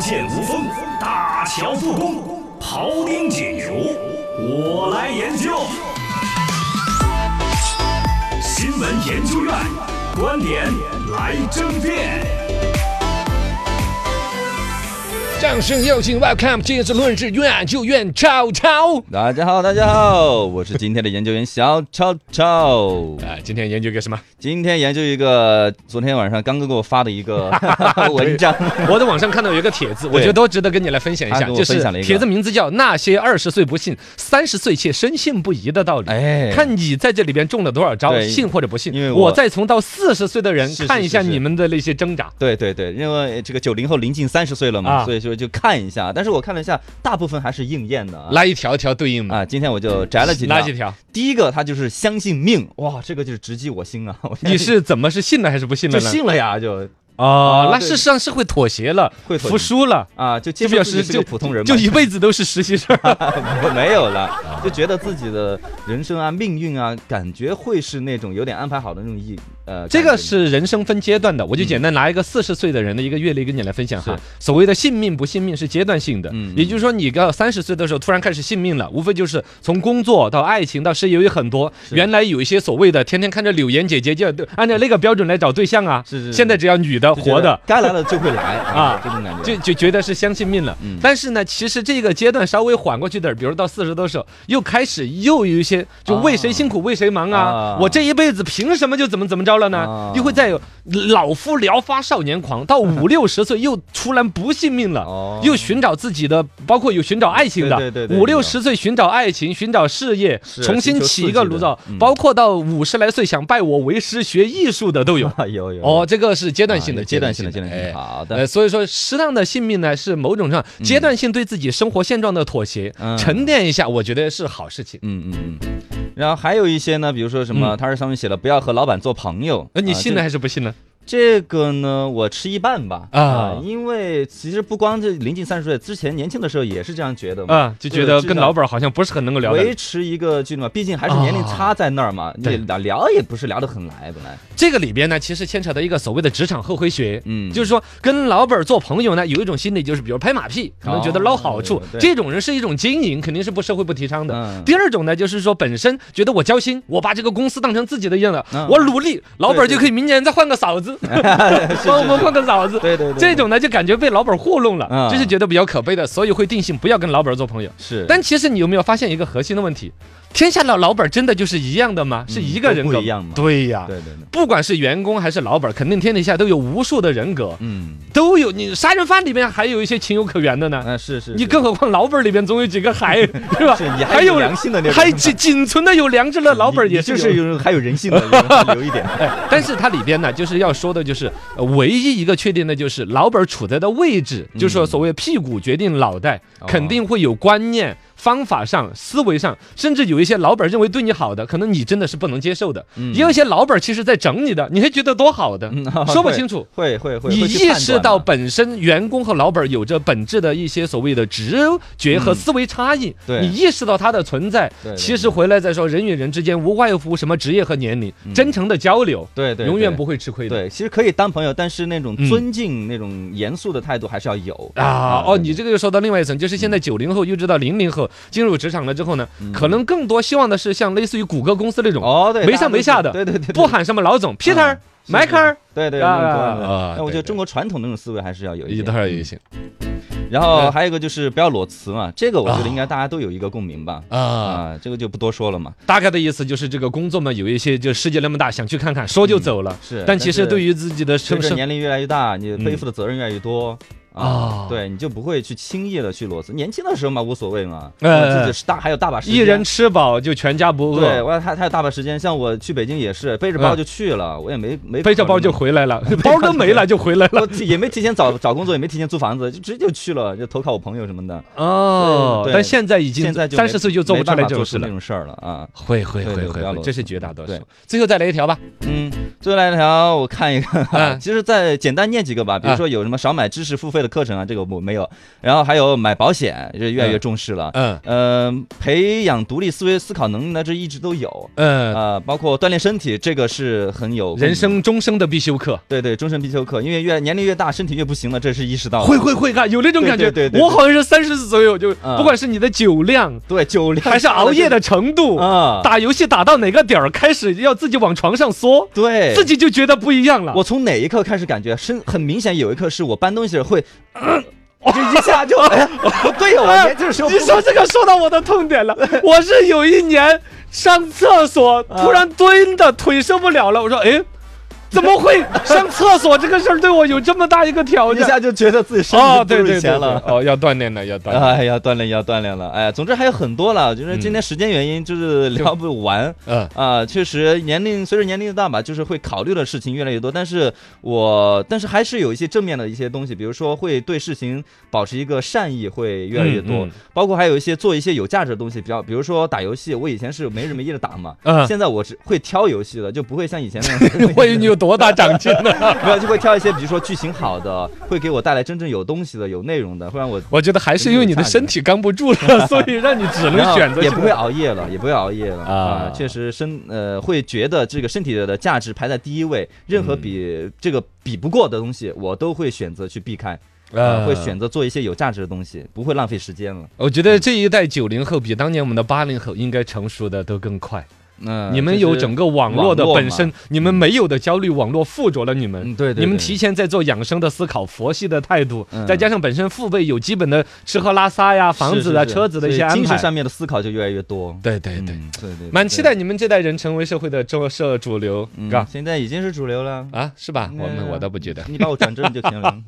剑无锋，大桥复工，庖丁解牛，我来研究。新闻研究院观点来争辩。掌声有请，Welcome，今日论事院就院超超。大家好，大家好，我是今天的研究员小超超。啊，今天研究个什么？今天研究一个昨天晚上刚刚给我发的 一个文章，我在网上看到有一个帖子，我对觉得都值得跟你来分享一他下，给我就是分享了一个帖子名字叫《那些二十岁不信，三十岁却深信不疑的道理》。哎，看你在这里边中了多少招，对信或者不信因为。我我再从到四十岁的人是是看一下是是啊你们的那些挣扎。对对对，因为这个九零后临近三十岁了嘛，啊所以说就看一下。但是我看了一下，大部分还是应验的啊。来一条一条对应嘛，啊，今天我就摘了几条。哪几条？第一个，他就是相信命，哇，这个就是直击我心啊！我现在你是怎么是信了还是不信了就呢？信了呀，就哦，啊那对事实上是会妥协了，会妥协服输了，啊，就接就受表自己示是个就普通人嘛，就一辈子都是实习生。 我没有了，就觉得自己的人生啊、命运啊，感觉会是那种有点安排好的那种意呃。这感个觉嗯是人生分阶段的，我就简单拿一个四十岁的人的一个阅历跟你来分享哈是。所谓的信命不信命是阶段性的嗯，也就是说你到三十岁的时候突然开始信命了，无非就是从工作到爱情到事业有很多。原来有一些所谓的天天看着柳岩姐姐就按照那个标准来找对象啊是是，是现在只要女的就觉得活的。该来了就会来啊 啊，这种感觉。就就觉得是相信命了嗯，但是呢，其实这个阶段稍微缓过去点儿，比如到四十多时候，又开始又有一些就为谁辛苦为谁忙啊啊，我这一辈子凭什么就怎么怎么着了呢啊？又会再有老夫聊发少年狂，到五六十岁又突然不信命了哦，又寻找自己的，包括有寻找爱情对的对，对对五六十岁寻找爱情，寻找事业，是重新寻求起刺一个激炉的灶，嗯包括到五十来岁想拜我为师学艺术的都有。啊有有哦，，这个是阶段性的，啊有阶段性的阶段性的哎好的呃，所以说适当的性命呢，是某种上阶段性对自己生活现状的妥协，嗯沉淀一下，我觉得是好事情。嗯嗯嗯。然后还有一些呢，比如说什么，他是上面写了不要和老板做朋嗯友。呃那你啊信这呢还是不信呢？这个呢，我吃一半吧啊因为其实不光这临近三十岁，之前年轻的时候也是这样觉得嘛，啊，就觉得跟老板板好像不是很能够聊维的。持一个距离嘛，毕竟还是年龄差在那儿嘛，你对聊聊也不是聊得很来，本来这个里边呢，其实牵扯到一个所谓的职场后悔学。嗯就是说，跟老板做朋友呢，有一种心理就是，比如拍马屁，可能觉得捞好处哦，对对这种人是一种经营，肯定是不社会不提倡的。嗯第二种呢，就是说本身觉得我交心，我把这个公司当成自己的一样的，嗯我努力，老板对对就可以明年再换个嫂子， 帮我们换个嫂子。对对对这种呢就感觉被老板糊弄了，嗯这是觉得比较可悲的，所以会定性不要跟老板做朋友。是但其实你有没有发现一个核心的问题？天下的老板真的就是一样的吗？是一个人格吗都不一样吗对呀，对对对，不管是员工还是老板，肯定天底下都有无数的人格，嗯，都有你杀人犯里面还有一些情有可原的呢。那是哎是，你是更何况老板里边总有几个 还是吧？是你还有良心的那种，还仅仅存的有良知的老板你也你就是是有。哎有还有人性的，有留一 点，但是它里边呢，就是要说的就是，呃唯一一个确定的就是老板处在的位置，就是说所谓屁股决定脑袋，哦肯定会有观念。方法上、思维上，甚至有一些老板认为对你好的，可能你真的是不能接受的；嗯也有一些老板其实在整你的，你还觉得多好 的，说不清楚。 会会会，你会去意判识断啊到的本身员工和老板有着本质的一些所谓的直觉和思维差异，嗯对你意识到它的存在对。对其实回来再说，人与人之间无外乎什么职业和年龄，嗯真诚的交流，对对，永远对不会吃亏的。对，其实可以当朋友，但是那种嗯尊敬、那种严肃的态度还是要有啊哦，你这这个又说到另外一层，就是嗯现在九零后又知道零零后进入职场了之后呢，可能更多希望的是像类似于谷歌公司那种，哦对，没大家上都没是下的对对对，对不喊什么老总 Peter、是 Michael，对对，啊那种啊啊那我对觉得对中国传统那种思维还是要有一一点会。儿也行然呃后还有一个就是不要裸辞嘛，这个我觉啊得应该大家都有一个共鸣吧。啊。啊，这个就不多说了嘛。大概的意思就是，这个工作嘛，有一些就世界那么大，想去看看，说就走了。是但但其实是对于自己的随生着生年龄越来越大，你嗯背负的责任越来越多。啊啊，对，你就不会去轻易的去裸辞。年轻的时候嘛，无所谓嘛，呃自己是大还有大把时一间。人吃饱就全家不对，饿，我还还有大把时间。像我去北京也是背着嗯包就去了，我也没没背着考包虑就回来了， 包都没了就回来了。我提也没提前找 找工作，也没提前租房子，就直接就去了，就投靠我朋友什么的。哦对，对但现在已经现在就三十岁就做不没出办来法这种做出事那了。种事儿了啊。会会对对会不会要会，裸这是辞绝大多数对。最后再来一条吧，嗯，最后来一条，我看一嗯 个，其实再简单念几个吧，比如说有什么少买知识付费的的课程啊，这个我没有。然后还有买保险，这越来越重视了。嗯呃，培养独立思维思考能力呢，这一直都有。嗯，呃，包括锻炼身体，这个是很有人生终生的必修课。对对终身必修课，因为越年龄越大，身体越不行了，这是意识到的。会会会看，有那种感觉。啊对对对对我好像是三十左右，就嗯不管是你的酒量，对酒量还是熬夜的程度，啊，打游戏打到哪个点儿，开始要自己往床上缩，对自己就觉得不一样了。我从哪一刻开始感觉身很明显有一刻是我搬东西 会，我这一下就 哎呀不对呀，我哎年轻 的时候你不说这个说到我的痛点了，我是有一年上厕所嗯突然蹲的腿受不了了，我说哎，怎么会上厕所这个事儿对我有这么大一个挑一战？下就觉得自己身哦体，不对如对对，以前对了。哦，要锻炼了，要锻炼。哎呀，锻炼要锻炼了，哎呀，总之还有很多了，就是今天时间原因，就是聊不完。嗯， 啊，确实，年龄随着年龄的大吧，就是会考虑的事情越来越多。但是我，但是还是有一些正面的一些东西，比如说会对事情保持一个善意，会越来越多。嗯嗯包括还有一些做一些有价值的东西，比较，比如说打游戏，我以前是 没日没夜的打嘛，嗯。现在我是会挑游戏的，就不会像以前那 样会你有多大长进呢？ 没有，就会挑一些，比如说剧情好的，会给我带来真正有东西的、有内容的，会让我我觉得还是因为你的身体刚不住 了，所以让你只能然后选择也性不会熬夜了，也不会熬夜了啊啊。确实身呃会觉得这个身体的价值排在第一位，任嗯何比这个比不过的东西，我都会选择去避开，呃呃，会选择做一些有价值的东西，不会浪费时间了。我觉得这一代九零后比当年我们的八零后应该成熟的都更快。嗯，你们有整个个网络的网络本身，你们没有的焦虑，网络附着了你们。嗯对对你们对提前在做养生的思考、佛系的态度，嗯再加上本身父辈有基本的吃喝拉撒呀、房子啊、车子的一些安精神排。上面的思考就越来越多。对对对，嗯对对，蛮期对。待你们这代人成为社会的中社主流，嗯嘎现在已经是主流了，啊，是吧？我们嗯我倒不觉得。你把我转正就行了。